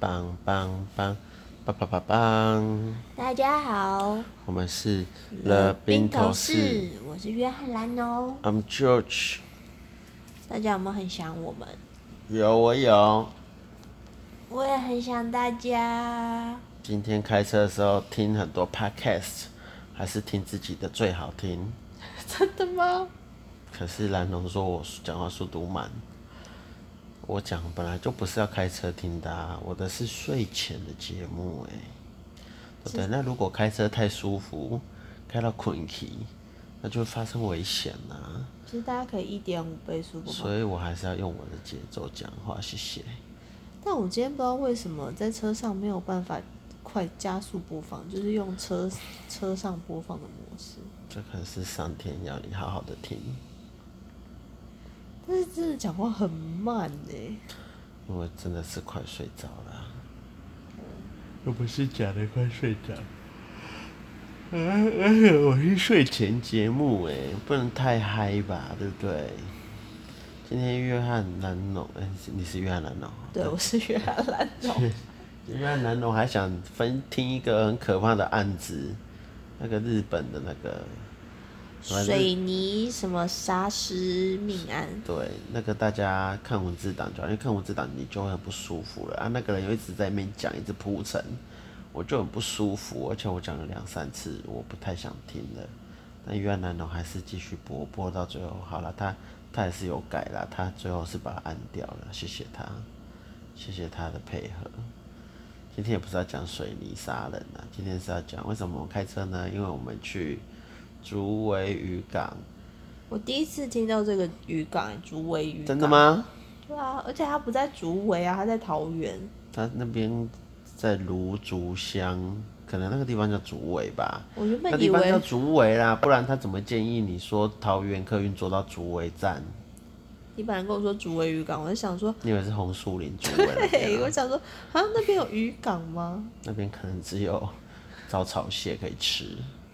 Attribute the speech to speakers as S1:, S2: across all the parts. S1: 棒棒棒，棒棒棒棒！
S2: 大家好，
S1: 我们是 The
S2: 冰
S1: 冰
S2: 头
S1: 头
S2: 士
S1: 士，
S2: 我是约翰兰哦。
S1: ，I'm George，
S2: 大家有没有很想我们？
S1: 有我有。
S2: 我也很想 大家。
S1: 今天开车的时候听很多 podcast，还是听自己的最好听。
S2: 真的吗？
S1: 可是蓝龙说我讲话速度慢，我讲本来就不是要开车听的、啊，我的是睡前的节目哎、对不对？那如果开车太舒服，开到困起，那就会发生危险啊啦、
S2: 其实大家可以一点五倍速播放。
S1: 所以我还是要用我的节奏讲话，谢谢。
S2: 但我今天不知道为什么在车上没有办法快加速播放，就是用车车上播放的模式。
S1: 这可能是上天要你好好的听，
S2: 但是真的讲话很慢哎、
S1: 因为真的是快睡着了。
S3: 我不是讲的快睡 着，而而且我是
S1: 睡前节目哎，不能太嗨吧，对不对？今天约翰南农，哎、是你是约翰南农，
S2: 对，我是约翰兰哦。
S1: 约翰南农还想分听一个很可怕的案子，那个日本的那个， 反正
S2: 水泥什么沙石命案，
S1: 对，那个大家看文字档就好，因为看文字档你就会很不舒服了啊。那个人又一直在那边讲，一直铺陈，我就很不舒服，而且我讲了两三次，我不太想听了。但约翰南农还是继续播，播到最后好了，他他也是有改了，他最后是把它按掉了，谢谢他，谢谢他的配合。今天也不是要讲水泥杀人啊，今天是要讲为什么我们开车呢？因为我们去竹围渔港，
S2: 我第一次听到这个渔港，竹围渔港。
S1: 真的？吗？
S2: 对啊，而且它不在竹围啊，它在桃园。
S1: 他那边在芦竹乡，可能那个地方叫竹围吧。
S2: 我原
S1: 那
S2: 本以
S1: 地方叫
S2: 为
S1: 竹围啦，不然他怎么建议你说桃园客运坐到竹围站？
S2: 你本来跟我说竹围渔港，我就想说，
S1: 你以为是红树林竹围 那
S2: 嘿，
S1: 边
S2: 我
S1: 啊？
S2: 想说，啊，那边有渔港吗？
S1: 那边可能只有招潮蟹可以吃，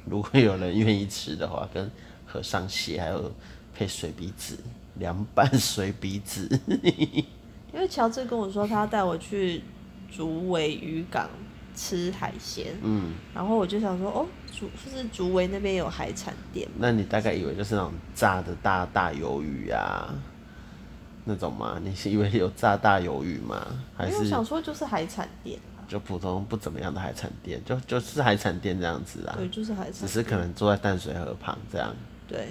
S1: 如果有人愿意吃的话，跟和尚蟹还有配水鼻子，凉拌水鼻子。
S2: 因为乔治跟我说他要带我去竹围渔港吃海鲜，
S1: 嗯，
S2: 然后我就想说，哦，竹就是竹围那边有海产店，
S1: 那你大概以为就是那种炸的大大鱿鱼啊，那种吗？你是以为有炸大鱿鱼吗？还
S2: 因为我
S1: 是
S2: 想说就是海产店啊，
S1: 就普通不怎么样的海产店，就就是海产店这样子啊
S2: 对，，就是海
S1: 只
S2: 产，
S1: 是可能坐在淡水河旁这样。
S2: 对，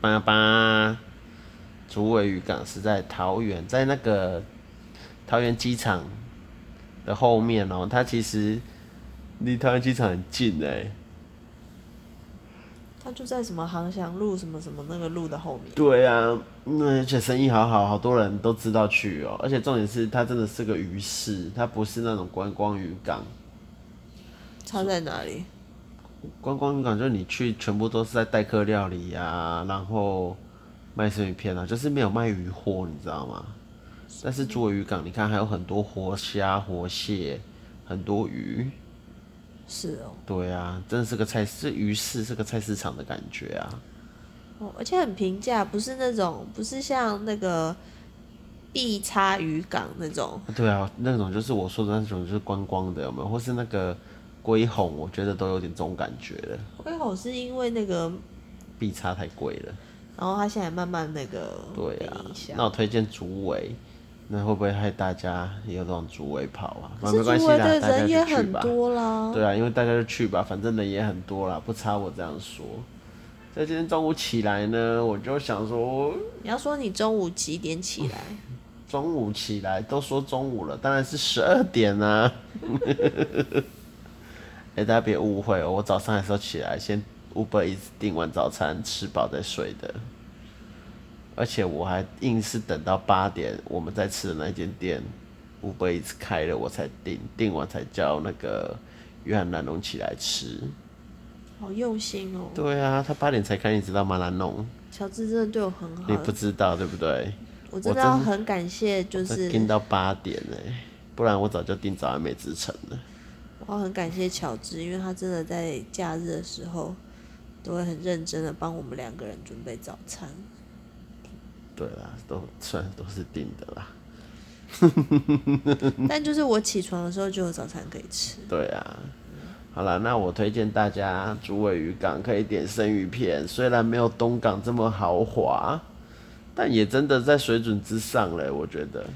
S1: 爸爸，竹围渔港是在桃园，在那个桃园机场的后面哦、它其实离桃园机场很近哎、
S2: 它就在什么航翔路什么什么那个路的后面，
S1: 对啊，嗯，而且生意好好，好多人都知道去哦、而且重点是，它真的是个鱼市，它不是那种观光渔港。
S2: 差在哪里？
S1: 观光渔港就是你去，全部都是在代客料理啊，然后卖生鱼片啊，就是没有卖鱼货，你知道吗？但是作为渔港，你看还有很多活虾、活蟹，很多鱼。
S2: 是哦，
S1: 对啊，真的是个菜市，鱼市是个菜市场的感觉啊。
S2: 哦，而且很平价，不是那种，不是像那个碧叉渔港那种，
S1: 对啊，那种就是我说的那种，就是观光的，有没有？或是那个龟红，我觉得都有点这种感觉了。
S2: 龟吼是因为那个，
S1: 币差太贵了。
S2: 然后它现在慢慢那个
S1: 对啊
S2: 变一下，
S1: 那我推荐竹围，那会不会害大家也有这种竹围跑啊？
S2: 可
S1: 那
S2: 是
S1: 没关
S2: 竹
S1: 系
S2: 围
S1: 啦，
S2: 的
S1: 大家
S2: 人也
S1: 就去
S2: 很
S1: 吧。
S2: 多啦，
S1: 对啊，因为大家就去吧，反正人也很多啦，不差我这样说。在今天中午起来呢，我就想说，
S2: 你要说你中午几点起来？
S1: 中午起来都说中午了，当然是十二点啊。 哎、大家别误会哦，我早上的时候起来先 Uber 一直订完早餐，吃饱再睡的。而且我还硬是等到八点，我们在吃的那间店，Uber 一直开了，我才订，订完才叫那个约翰南龙起来吃。
S2: 好用心哦，
S1: 对啊，他八点才开，你知道吗？南龙，
S2: 乔治真的对我很好
S1: 你，不知道对不对？
S2: 我真的
S1: 我真
S2: 要很感谢，就
S1: 他
S2: 是
S1: 订到八点呢、不然我早就订早安美之城了。
S2: 我要很感谢乔治，因为他真的在假日的时候都会很认真的帮我们两个人 准备早餐。
S1: 啊对啦，都虽然都是订的啦，
S2: 但就是我起床的时候就有早餐可以吃。
S1: 对啊，好了，那我推荐大家竹尾渔港可以点生鱼片，虽然没有东港这么豪华，但也真的在水准之上了，我觉得。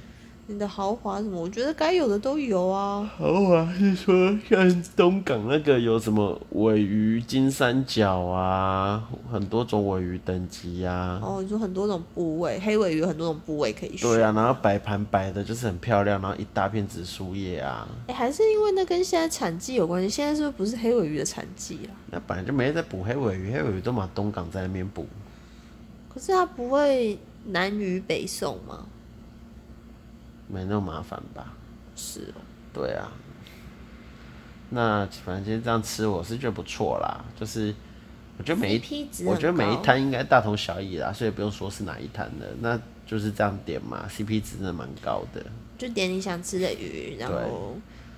S2: 你的豪华什么，我觉得该有的都有啊。
S1: 豪华是说像东港那个有什么尾鱼金三角啊，很多种尾鱼等级啊。
S2: 哦，你说很多种部位，黑尾鱼有很多种部位可以选。
S1: 对啊，然后摆盘摆的就是很漂亮，然后一大片紫苏叶啊，
S2: 诶哎还是因为那跟现在产季有关系。现在是不是不是黑尾鱼的产季啊？
S1: 那本来就没在捕黑尾鱼，黑尾鱼都嘛东港在那边捕，
S2: 可是它不会南鱼北送吗？
S1: 没那么麻烦吧？
S2: 是哦，
S1: 对啊，那反正今天这样吃，我是觉得不错啦。就是我觉得每
S2: CP
S1: 一
S2: 值
S1: 我
S2: 很
S1: 觉得每一
S2: 高
S1: 摊应该大同小异啦，所以不用说是哪一摊的，那就是这样点嘛。CP 值真的蛮高的，
S2: 就点你想吃的鱼，然后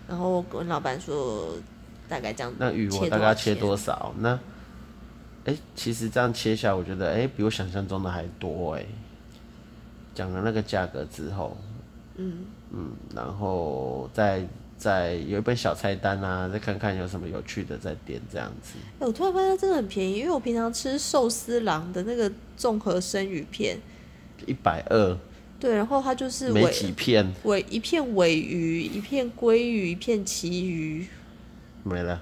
S2: 然后跟老板说大概这样。
S1: 那鱼我大概要切多？少？那哎、诶其实这样切下来，我觉得哎、诶比我想象中的还多哎、讲了那个价格之后，嗯嗯，然后再再有一本小菜单啊，再看看有什么有趣的再点这样子。
S2: 哎、我突然发现它真的很便宜，因为我平常吃寿司郎的那个综合生鱼片，
S1: 一百二，
S2: 对，然后它就是
S1: 没
S2: 尾
S1: 几片，
S2: 尾一片尾鱼，一片鲑鱼，一片旗鱼，
S1: 没了。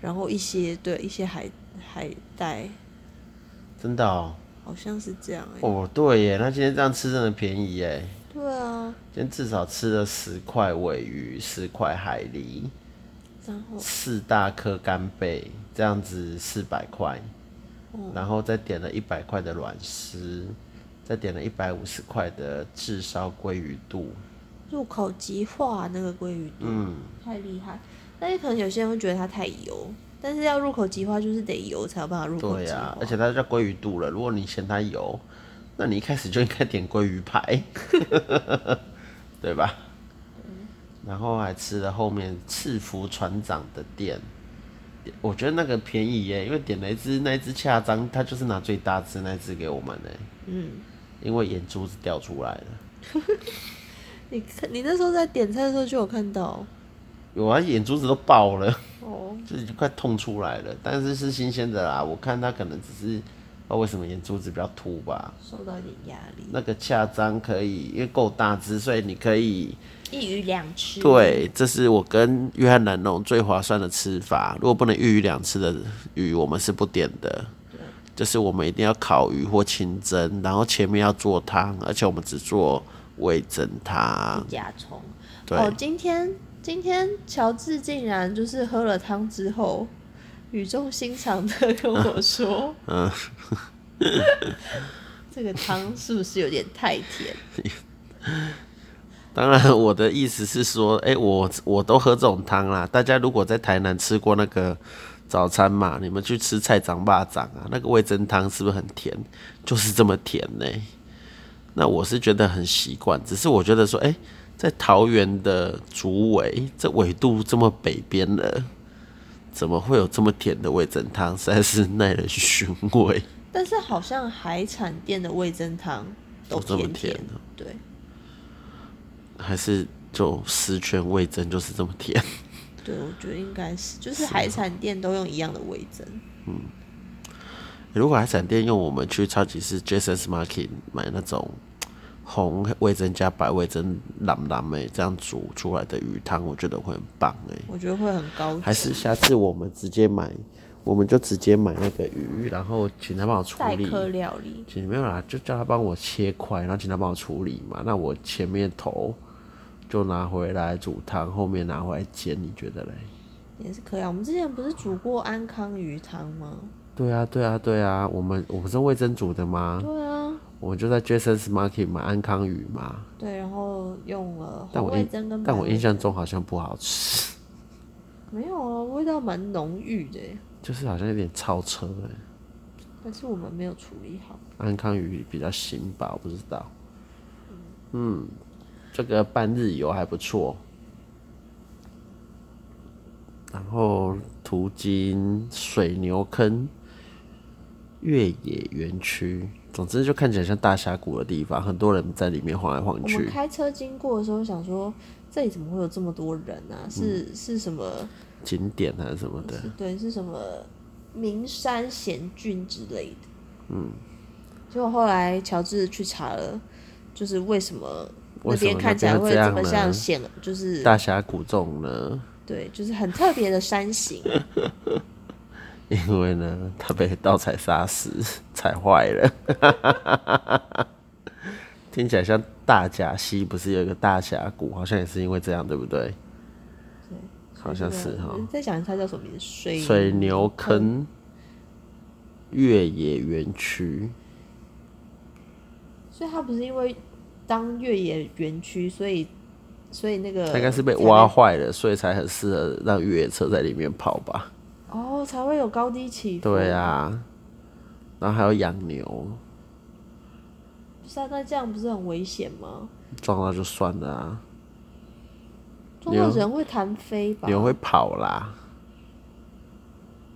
S2: 然后一些对一些海海带，
S1: 真的哦，
S2: 好像是这样哎、
S1: 哦对耶，那今天这样吃真的便宜耶，
S2: 对啊，
S1: 今天至少吃了十块尾鱼，十块海蛎，
S2: 然后
S1: 四大颗干贝，这样子四百块，然后再点了一百块的软丝，再点了一百五十块的炙烧鲑鱼肚，
S2: 入口即化那个鲑鱼肚，
S1: 嗯
S2: 太厉害。但是可能有些人会觉得它太油，但是要入口即化就是得油才有办法入口
S1: 对
S2: 即化。
S1: 呀、而且它叫鲑鱼肚了，如果你嫌它油，那你一开始就应该点鲑鱼排， 对吧？然后还吃了后面赤福船长的店，我觉得那个便宜耶，因为点了一只那一只恰章，他就是拿最大只那一只给我们的，
S2: 嗯，
S1: 因为眼珠子掉出来了。
S2: 你看你那时候在点菜的时候就有看到
S1: 有啊，眼珠子都爆了，
S2: 哦，
S1: 就是快痛出来了，但是是新鲜的啦。我看他可能只是，不知道为什么眼珠子比较凸吧。
S2: 受到一点压力，
S1: 那个恰章可以，因为够大只，所以你可以。
S2: 一鱼两吃。，
S1: 对，这是我跟约翰南农最划算的吃法。如果不能一鱼两吃的鱼，我们是不点的。就是我们一定要烤鱼或清蒸，然后前面要做汤，而且我们只做味增汤。
S2: 加葱。
S1: 对，
S2: 哦，今天今天乔治竟然就是喝了汤之后，语重心长的跟
S1: 啊
S2: 我说，嗯， 这个汤是不是有点太甜？
S1: 当然我的意思是说，哎、我我都喝这种汤啦。大家如果在台南吃过那个早餐嘛，你们去吃菜长霸掌啊，那个味增汤是不是很甜？就是这么甜呢、那我是觉得很习惯，只是我觉得说，哎、在桃园的竹围，这纬度这么北边了，怎么会有这么甜的味增汤？实在是耐人寻味。
S2: 但是好像海产店的味增汤都
S1: 都这么
S2: 甜甜
S1: 甜啊
S2: 对，
S1: 还是就十全味增就是这么甜。
S2: 对，我觉得应该是，就是海产店都用一样的味增，
S1: 如果海产店用我们去超级市 Jason's Market 买那种红味增加白味增蓝蓝诶，这样煮出来的鱼汤，我觉得会很棒诶。
S2: 我觉得会很高级。
S1: 还是下次我们直接买，我们就直接买那个鱼，然后请他帮我处
S2: 代
S1: 理。
S2: 客料理，
S1: 请没有啦，就叫他帮我切块，然后请他帮我处理嘛。那我前面头就拿回来煮汤，后面拿回来煎，你觉得嘞？
S2: 也是可以啊。我们之前不是煮过安康鱼汤吗？
S1: 对啊，对啊，对啊，我们我们是味增煮的吗？
S2: 对啊，
S1: 我们就在 Jason's Market 买安康鱼嘛，
S2: 对，然后用了
S1: 但
S2: 红
S1: 我
S2: 味
S1: 印
S2: 增跟
S1: 但
S2: 白
S1: 我
S2: 味
S1: 印象中好像不好吃，
S2: 没有啊，味道蛮浓郁的耶，欸
S1: 就是好像有点超车哎、
S2: 但是我们没有处理好。
S1: 安康鱼比较新吧，我不知道。嗯，这个半日游还不错。然后途经水牛坑越野园区，总之就看起来像大峡谷的地方，很多人在里面晃来晃
S2: 我们
S1: 去。
S2: 开车经过的时候想说，这里怎么会有这么多人啊？
S1: 嗯
S2: 是、是什么？
S1: 景点啊什么的，
S2: 是对，是什么名山险峻之类的。嗯，结果后来乔治去查了，就是为什么那
S1: 为什么
S2: 边看起来
S1: 那边会
S2: 会
S1: 这样
S2: 这么
S1: 呢
S2: 像险，就是
S1: 大峡谷中呢，
S2: 对，就是很特别的山形。
S1: 因为呢他被盗采杀死， 踩坏了。 听起来像大甲溪，不是有一个大峡谷，好像也是因为这样，对不对？好像是哈。
S2: 再讲一下叫什么名字？水
S1: 水牛坑越野园区，
S2: 所以它不是因为当越野园区，所以所以那个
S1: 它应该是被
S2: 呃才
S1: 挖坏了，所以才很适合让越野车在里面跑吧？
S2: 哦，才会有高低起伏。
S1: 对，啊，然后还有养牛，
S2: 不是啊，那这样不是很危险吗？
S1: 撞到就算了啊，
S2: 撞到人会弹飞吧？
S1: 牛会跑啦，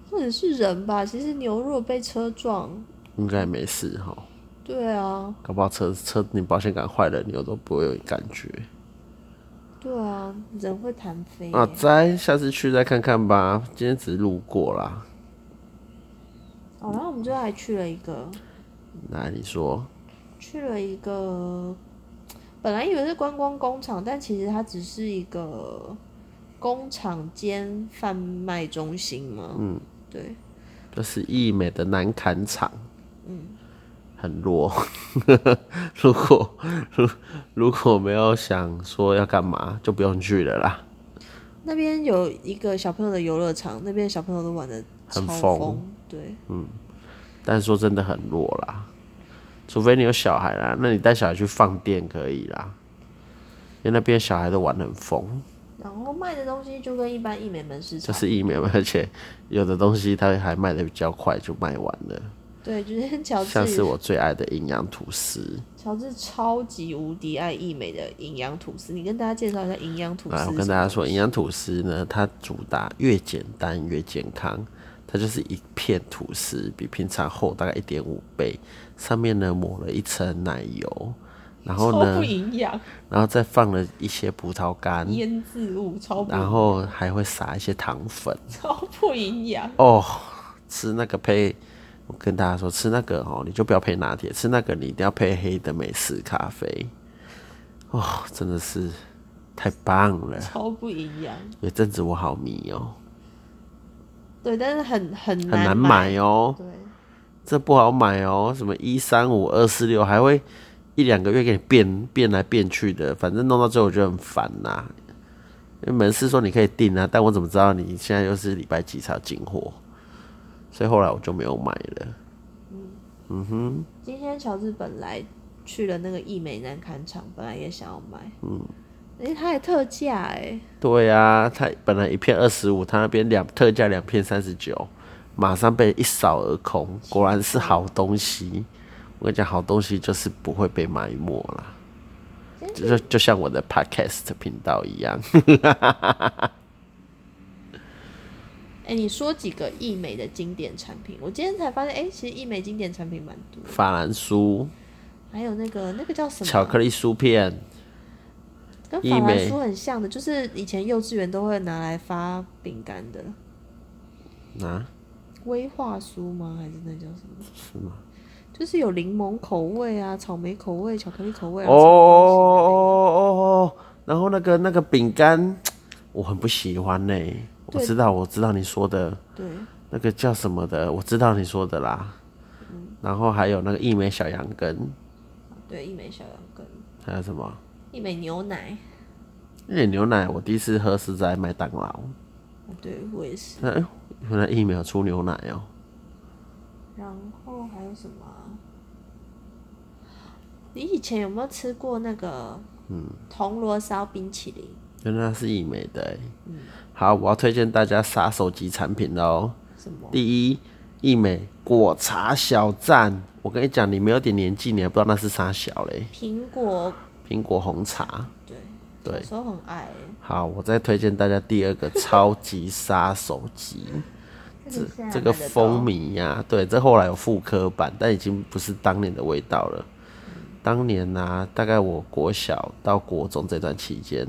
S2: 或者是人吧？其实牛如果被车撞，
S1: 应该没事哈。
S2: 对啊，
S1: 搞不好车车你保险杆坏了，牛都不会有感觉。
S2: 对啊，人会弹飞耶、
S1: 啊，再下次去再看看吧，今天只是路过啦。
S2: 哦，然后我们就还去了一个，
S1: 那你说
S2: 去了一个，本来以为是观光工厂，但其实它只是一个工厂兼贩卖中心嘛。嗯，对，
S1: 就是义美的南坎厂，很弱。 如果如如果没有想说要干嘛，就不用去了啦。
S2: 那边有一个小朋友的游乐场，那边小朋友都玩的超
S1: 很疯
S2: 疯，对，
S1: 但是说真的很弱啦，除非你有小孩啦，那你带小孩去放电可以啦，因为那边小孩都玩得很疯，
S2: 然后卖的东西就跟一般义美门市
S1: 就
S2: 场，
S1: 是疫苗，而且有的东西它还卖的比较快就卖完了，
S2: 对，就是乔
S1: 像是
S2: 治，
S1: 我最爱的营养吐司。
S2: 乔治超级无敌爱义美的营养吐司，你跟大家介绍一下营养吐司
S1: 啊，
S2: 是什么东西。
S1: 我跟大家说，营养吐司呢，它主打越简单越健康，它就是一片吐司，比平常厚大概一点五倍，上面呢抹了一层奶油，然后
S2: 超
S1: 呢
S2: 不，营养，
S1: 然后再放了一些葡萄干，
S2: 腌制物超不
S1: 然后还会撒一些糖粉
S2: 超不营养。
S1: 哦。吃那个配，我跟大家说，吃那个哦，你就不要配拿铁，吃那个你一定要配黑的美式咖啡。哦，真的是太棒了！
S2: 超不营养，
S1: 有一阵子我好迷哦、
S2: 对，但是很很
S1: 很难
S2: 买啊
S1: 买哦、
S2: 对，
S1: 这不好买哦、什么一三五二四六，还会一两个月给你变变来变去的，反正弄到最后我觉得很烦呐、因为门市说你可以订啊，但我怎么知道你现在又是礼拜几才要进货？所以后来我就没有买了。
S2: 今天乔治本来去了那个易美南砍厂，本来也想要买，嗯，而且它还特价哎、
S1: 对啊，他本来一片二十五，他那边两特价两片三十九，马上被一扫而空。果然是好东西，我跟你讲，好东西就是不会被埋没啦。就就就像我的 podcast 频道一样，
S2: 哎、你说几个易美的经典产品？我今天才发现，哎、其实易美经典产品蛮多，
S1: 法兰酥、
S2: 还有那个那个叫什么啊？
S1: 巧克力酥片，
S2: 跟
S1: 益
S2: 法兰
S1: 美
S2: 酥很像的，就是以前幼稚园都会拿来发饼干的
S1: 啊，
S2: 威化酥吗？还是那叫什么？
S1: 是吗？
S2: 就是有柠檬口味啊，草莓口味、巧克力口味啊。
S1: 哦哦哦哦，然后那个那个饼干，我很不喜欢呢、我
S2: 对
S1: 知道，我知道你说的
S2: 对，
S1: 那个叫什么的，我知道你说的啦。然后还有那个一枚小羊羹，
S2: 对，一枚小羊羹，
S1: 还有什么？
S2: 一枚牛奶。
S1: 那点牛奶我第一次喝是在麦当劳，
S2: 对我也是。
S1: 哎呦，原来一秒出牛奶哦、
S2: 然后还有什么啊、你以前有没有吃过那个
S1: 嗯
S2: 铜锣烧冰淇淋？
S1: 原来是益美的欸、好，我要推荐大家杀手级产品喽。
S2: 什么？
S1: 第一，益美果茶小站，我跟你讲，你没有点年纪，你还不知道那是啥小嘞。
S2: 苹果？
S1: 苹果红茶。
S2: 对，
S1: 对
S2: 小时候很爱欸、
S1: 好，我再推荐大家第二个超级杀手级，这
S2: 现
S1: 这
S2: 在还
S1: 个
S2: 买得
S1: 风
S2: 到
S1: 靡呀、对，这后来有复刻版，但已经不是当年的味道了。当年啊，大概我国小到国中这段期间，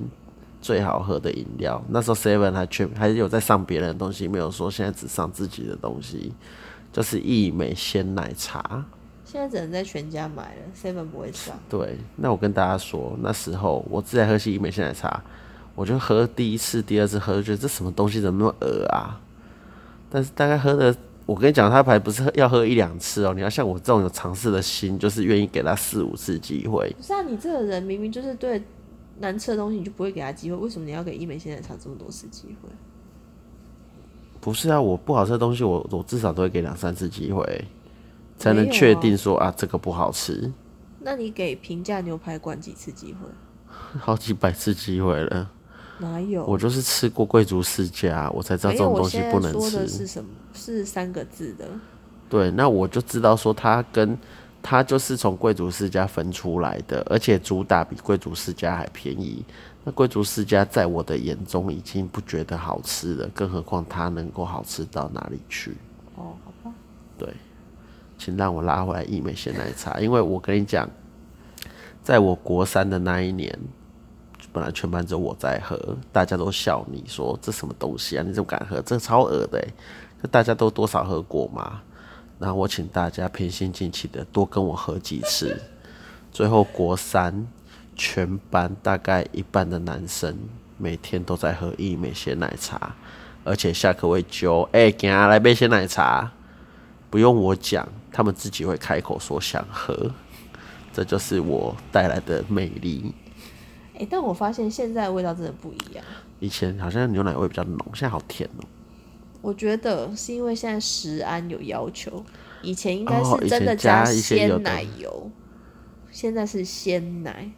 S1: 最好喝的饮料，那时候 Seven 还全还有在上别人的东西，没有说现在只上自己的东西，就是益美鲜奶茶。
S2: 现在只能在全家买了，seven 不会上。
S1: 对，那我跟大家说，那时候我自己在喝西美鲜奶茶，我就喝第一次、第二次喝，就觉得这什么东西怎么那么恶啊？但是大概喝的，我跟你讲，他牌不是喝要喝一两次哦，你要像我这种有尝试的心，就是愿意给他四五次机会。
S2: 不是啊，你这个人明明就是对难吃的东西你就不会给他机会，为什么你要给医美鲜奶茶这么多次机会？
S1: 不是啊，我不好吃的东西，我我至少都会给两三次机会，才
S2: 没
S1: 能
S2: 有
S1: 确
S2: 啊
S1: 定说啊这个不好吃，
S2: 那你给平价牛排馆几次机会？
S1: 好几百次机会了。
S2: 哪有？
S1: 我就是吃过贵族世家，我才知道
S2: 没
S1: 这
S2: 有，
S1: 种
S2: 我
S1: 东西
S2: 现在
S1: 不能吃。
S2: 说的是什么？是三个字的。
S1: 对，那我就知道说他跟他就是从贵族世家分出来的，而且主打比贵族世家还便宜。那贵族世家在我的眼中已经不觉得好吃了，更何况它能够好吃到哪里去？
S2: 哦，好吧，
S1: 对，请让我拉回来益美鲜奶茶，因为我跟你讲，在我国三的那一年，本来全班只有我在喝，大家都笑你说这什么东西啊？你怎么敢喝？这超恶的欸、就大家都多少喝过嘛。然后我请大家平心静气的多跟我喝几次，最后国三全班大概一半的男生每天都在喝益美鲜奶茶，而且下课会揪哎，欸行、来杯鲜奶茶。不用我讲，他们自己会开口说想喝，这就是我带来的魅力。
S2: 哎、但我发现现在的味道真的不一样。
S1: 以前好像牛奶味比较浓，现在好甜哦、
S2: 我觉得是因为现在食安有要求，以前应该
S1: 哦
S2: 是真
S1: 以前
S2: 加
S1: 加一些有的
S2: 鲜奶油，现在是鲜奶。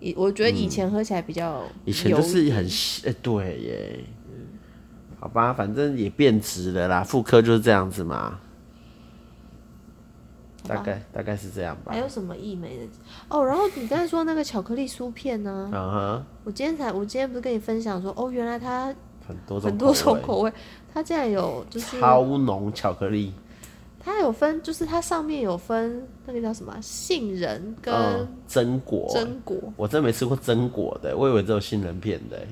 S2: 以我觉得以前喝起来比较
S1: 嗯以前
S2: 油
S1: 就是
S2: 腻
S1: 很稀哎、对耶，好吧，反正也变质了啦，妇科就是这样子嘛，
S2: 吧
S1: 大概大概是这样吧
S2: 还。有什么益美的哦？然后你刚才说那个巧克力酥片呢、
S1: 嗯哼，
S2: 我今天才我今天不是跟你分享说哦，原来它
S1: 很多种
S2: 很多种
S1: 味
S2: 口味，它竟然有就是
S1: 超浓巧克力，
S2: 它有分，就是它上面有分那个叫什么啊杏仁
S1: 嗯
S2: 跟，
S1: 榛果，
S2: 榛果，
S1: 我真没吃过榛果的，我以为只有杏仁片的耶。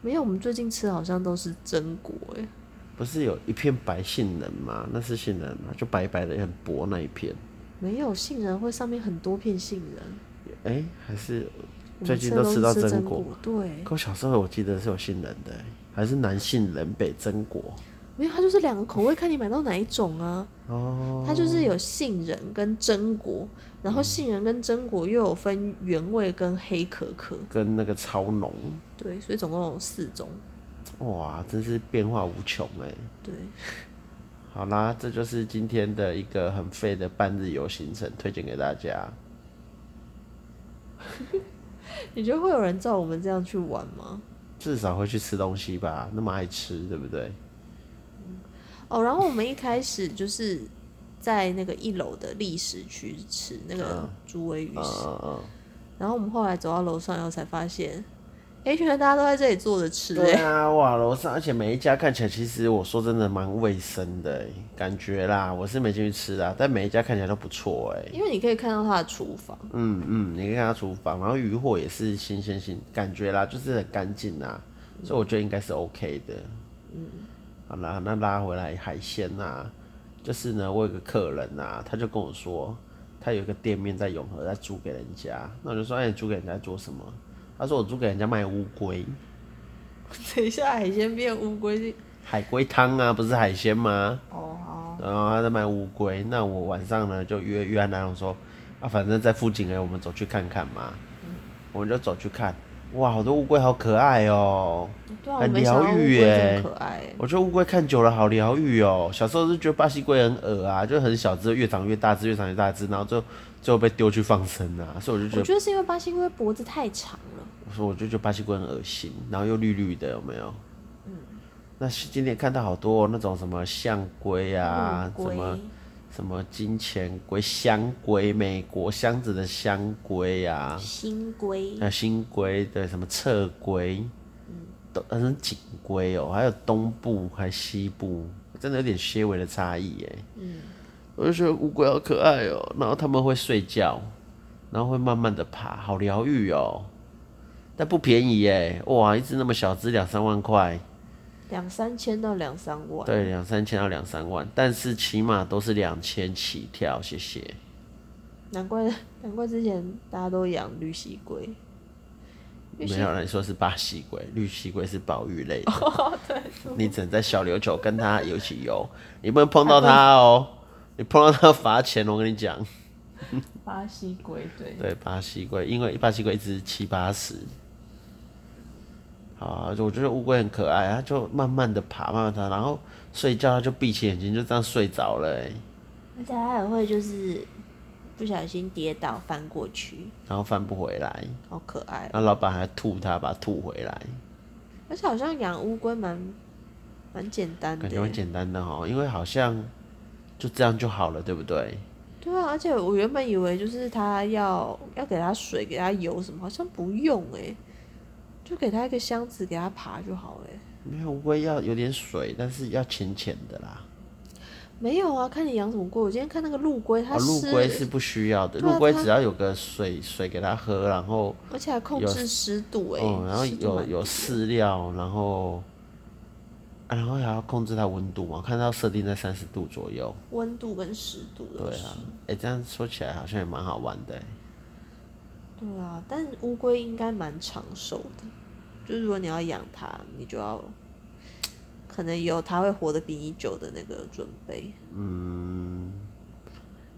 S2: 没有，我们最近吃的好像都是榛果哎、
S1: 不是有一片白杏仁吗？那是杏仁吗？就白白的很薄那一片。
S2: 没有杏仁会上面很多片杏仁，
S1: 哎、还是
S2: 我们
S1: 最近都
S2: 吃
S1: 吃
S2: 的
S1: 到
S2: 都是
S1: 榛
S2: 榛
S1: 果。
S2: 对，
S1: 可我小时候我记得是有杏仁的、还是南杏仁北榛果。
S2: 没有它就是两个口味，看你买到哪一种啊。
S1: 哦，嗯
S2: 它就是有杏仁跟榛果，然后杏仁跟榛果又有分原味跟黑可可，
S1: 跟那个超浓，
S2: 对，所以总共有四种，
S1: 哇，真是变化无穷哎、
S2: 对，
S1: 好啦，这就是今天的一个很废的半日游行程，推荐给大家。
S2: 你觉得会有人照我们这样去玩吗？
S1: 至少会去吃东西吧，那么爱吃，对不对？
S2: 哦，然后我们一开始就是在那个一楼的历史区吃那个竹围鱼
S1: 嗯
S2: 食，
S1: 嗯嗯，
S2: 然后我们后来走到楼上以后才发现，哎，原来大家都在这里坐着吃、
S1: 对
S2: 诶
S1: 啊，哇，楼上，而且每一家看起来，其实我说真的蛮卫生的欸，感觉啦，我是没进去吃啦，但每一家看起来都不错哎。
S2: 因为你可以看到它的厨房，
S1: 嗯嗯，你可以看它厨房，然后鱼货也是新鲜性，感觉啦，就是很干净啦，所以我觉得应该是 OK 的。嗯，好啦，那拉回来海鲜呐，就是呢，我有个客人呐，他就跟我说，他有一个店面在永和，在租给人家，那我就说，哎、你租给人家做什么？他说我租给人家卖乌龟。
S2: 等一下海鲜变乌龟是
S1: 海龟汤啊，不是海鲜吗？
S2: 哦好，
S1: 然后他在卖乌龟，那我晚上呢就约约翰南龙说，啊，反正在附近哎，我们走去看看嘛。
S2: 嗯
S1: 我们就走去看，哇，好多乌龟好可爱哦、
S2: 对啊，我
S1: 很
S2: 没想到乌
S1: 疗愈
S2: 龟这
S1: 耶
S2: 么可爱、诶
S1: 我觉得乌龟看久了好疗愈哦。小时候就觉得巴西龟很恶啊，就很小只，越长越大只，越长越大只，然后最后最后被丢去放生啊。所以我就觉
S2: 我
S1: 得
S2: 觉得是因为巴西龟脖子太长了，
S1: 我说我就觉得巴西龟很恶心，然后又绿绿的，有没有？
S2: 嗯
S1: 那是今天看到好多哦那种什么象龟啊，
S2: 乌
S1: 什
S2: 龟
S1: 么什么金钱龟、香龟、美国箱子的香龟啊，
S2: 新龟
S1: 哎还有新龟，对，什么侧龟，都很紧规哦，还有东部还西部，真的有点些微的差异耶。嗯，我就觉得乌龟好可爱哦、然后他们会睡觉，然后会慢慢的爬，好疗愈哦。但不便宜耶，哇，一只那么小只两三万块，
S2: 两三千到两三万，
S1: 对，两三千到两三万，但是起码都是两千起跳，谢谢。
S2: 难怪 难怪之前大家都养绿蜥龟，绿
S1: 没
S2: 蜥
S1: 有人说是巴西龟，绿蜥龟是保育类的。 你只能在小琉球跟它一起游，你不能碰到它哦、你碰到它罚钱，我跟你讲。
S2: 巴西龟对，
S1: 对，巴西龟，因为巴西龟一只七八十。好啊，就我觉得乌龟很可爱，它就慢慢的爬，慢慢地爬，然后睡觉它就闭起眼睛，就这样睡着了、欸，
S2: 而且它还会就是不小心跌倒翻过去，
S1: 然后翻不回来，
S2: 好可爱。哦
S1: 然后老板还吐它，把它吐回来，
S2: 而且好像养乌龟蛮蛮简单的欸
S1: 感觉蛮
S2: 耶，
S1: 简单的哦哈，因为好像就这样就好了，对不对？
S2: 对啊。而且我原本以为就是它要要给它水、给它油什么，好像不用哎，就给它一个箱子给它爬就好了耶。欸
S1: 没有乌龟要有点水，但是要浅浅的啦。
S2: 没有啊，看你养什么龟。我今天看那个陆龟，它
S1: 哦，陆
S2: 吃，
S1: 龟是不需要的，
S2: 对啊
S1: 陆龟
S2: 它
S1: 只要有个水水给它喝，然后
S2: 而且还控
S1: 有
S2: 制湿度哎、
S1: 哦，然后
S2: 湿度
S1: 有
S2: 蛮
S1: 有
S2: 低的
S1: 饲料，然后、啊然后还要控制它温度嘛，我看到设定在三十度左右。
S2: 温度跟湿度
S1: 对
S2: 的事。
S1: 啊，哎、这样说起来好像也蛮好玩的欸。
S2: 对啊，但乌龟应该蛮长寿的，就是如果你要养它，你就要可能有它会活得比你久的那个准备。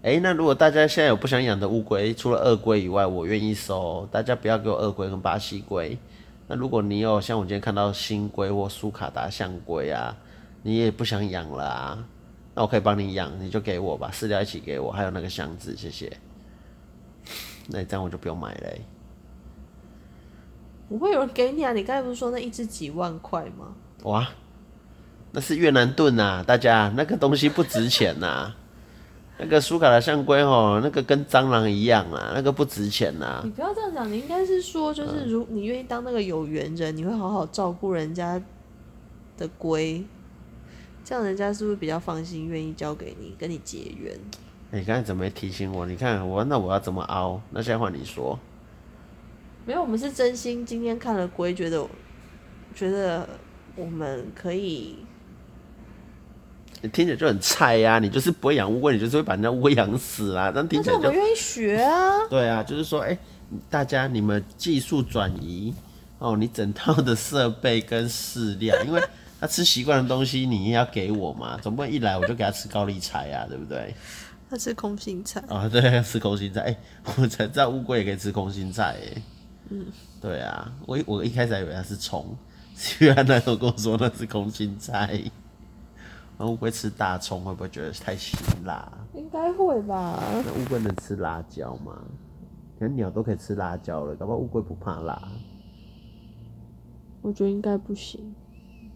S1: 哎、那如果大家现在有不想养的乌龟，除了鳄龟以外，我愿意收哦。大家不要给我鳄龟跟巴西龟。那如果你有像我今天看到新龟或苏卡达象龟啊，你也不想养了啊，那我可以帮你养，你就给我吧，饲料一起给我，还有那个箱子，谢谢。那这样我就不用买嘞、欸
S2: 不会有人给你啊！你刚才不是说那一只几万块吗？
S1: 哇，那是越南盾呐、大家那个东西不值钱呐、那个苏卡达象龟哦，那个跟蟑螂一样啊，那个不值钱呐、
S2: 啊你不要这样讲，你应该是说，就是如你愿意当那个有缘人，你会好好照顾人家的龟，这样人家是不是比较放心，愿意交给你，跟你结缘？
S1: 你刚才怎么没提醒我？你看我那我要怎么凹？那现在换你说，
S2: 没有，我们是真心今天看了龟，觉得觉得我们可以
S1: 你听着就很菜呀、你就是不会养乌龟，你就是会把人家乌龟养死啦、这样听起
S2: 但
S1: 来
S2: 是我
S1: 就
S2: 们愿意学啊，
S1: 对啊，就是说，哎、大家你们技术转移哦，你整套的设备跟饲料，因为他吃习惯的东西，你也要给我嘛，总不能一来我就给他吃高丽菜啊，对不对？
S2: 它是空心菜，
S1: 啊，对， 吃空心菜，哎、我才知道乌龟也可以吃空心菜，哎，嗯，对啊，我一我一开始还以为它是虫，是因为他那时候跟我说那是空心菜。那乌龟吃大葱会不会觉得太辛辣？
S2: 应该会吧？
S1: 那乌龟能吃辣椒吗？可能鸟都可以吃辣椒了，搞不好乌龟不怕辣。
S2: 我觉得应该不行。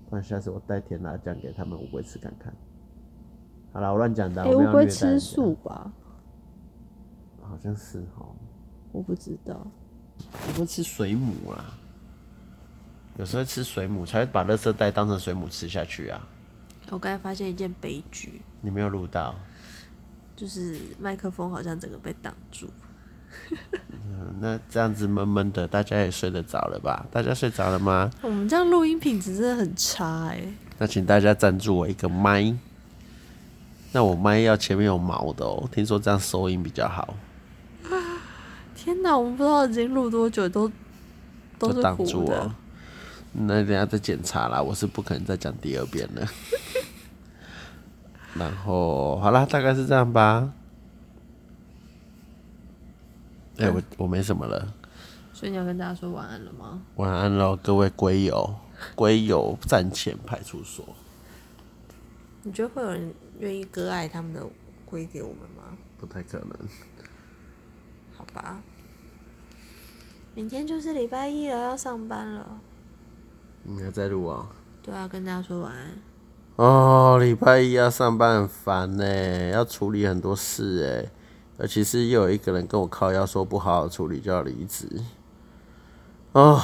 S1: 不然下次我带甜辣酱给他们乌龟吃看看。好啦，我乱讲的啊，
S2: 哎、
S1: 我没
S2: 乌
S1: 有
S2: 龟
S1: 虐待人家
S2: 吃素，吧？
S1: 好像是哦。
S2: 我不知道。
S1: 乌龟吃水母啦，有时候吃水母才会把垃圾袋当成水母吃下去啊。
S2: 我刚才发现一件悲剧，
S1: 你没有录到，
S2: 就是麦克风好像整个被挡住。
S1: 嗯那这样子闷闷的，大家也睡得着了吧？大家睡着了吗？
S2: 我们这样录音品质真的很差哎、
S1: 那请大家赞助我一个麦。那我麦要前面有毛的哦，听说这样收音比较好，
S2: 天哪，我们不知道已经录多久都都
S1: 就是挡住
S2: 糊的
S1: 哦。。那等一下再检查啦，我是不可能再讲第二遍了。 然后好啦，大概是这样吧。哎、我我没什么了，
S2: 所以你要跟大家说晚安了吗？
S1: 晚安喽，各位龟友，龟友站前派出所。
S2: 你觉得会有人愿意割爱他们的龟给我们吗？
S1: 不太可能。
S2: 好吧，明天就是礼拜一了，要上班了，
S1: 你还在录啊？
S2: 对啊，跟大家说晚安。
S1: 哦，礼拜一要上班很烦呢，要处理很多事哎，尤其是又有一个人跟我靠腰说不好好处理就要离职，哦，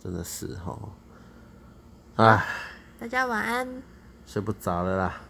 S1: 真的是哦。啊，
S2: 大家晚安。
S1: 睡不着了啦。